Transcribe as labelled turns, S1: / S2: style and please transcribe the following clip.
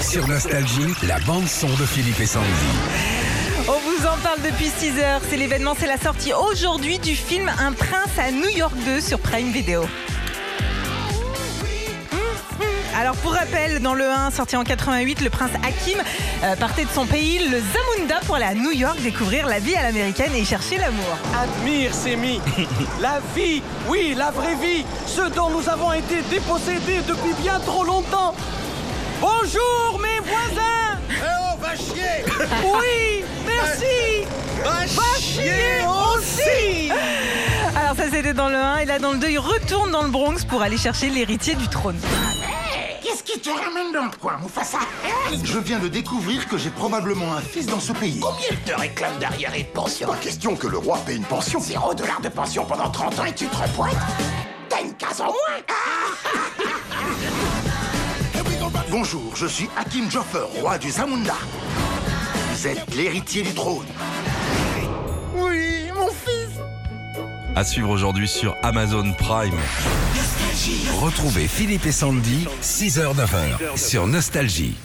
S1: Sur Nostalgie, la bande-son de Philippe et Sandy.
S2: On vous en parle depuis 6 heures. C'est l'événement, c'est la sortie aujourd'hui du film Un prince à New York 2 sur Prime Video. Hmm, hmm. Alors pour rappel, dans le 1, sorti en 88, le prince Hakim euh, partait de son pays, le Zamunda, pour aller à New York découvrir la vie à l'américaine et chercher l'amour.
S3: Admire Sémi. la vie, oui, la vraie vie, ce dont nous avons été dépossédés depuis bien trop longtemps. Bonjour mes voisins
S4: Eh oh, va chier
S3: Oui, merci
S4: Va
S3: chier aussi
S2: Alors ça c'était dans le 1 et là dans le 2 il retourne dans le Bronx pour aller chercher l'héritier du trône.
S5: Qu'est-ce qui te ramène dans le coin, Mufasa hein
S4: Je viens de découvrir que j'ai probablement un fils dans ce pays.
S5: Combien il te réclame d'arriérés de pension
S4: Pas question que le roi paie une pension.
S5: Zéro dollar de pension pendant 30 ans et tu te repointes T'as une case en moins
S4: Bonjour, je suis Hakim Joffer, roi du Zamunda. Vous êtes l'héritier du trône.
S5: Oui, mon fils
S6: À suivre aujourd'hui sur Amazon Prime.
S1: Retrouvez Philippe et Sandy, 6h-9h, sur Nostalgie.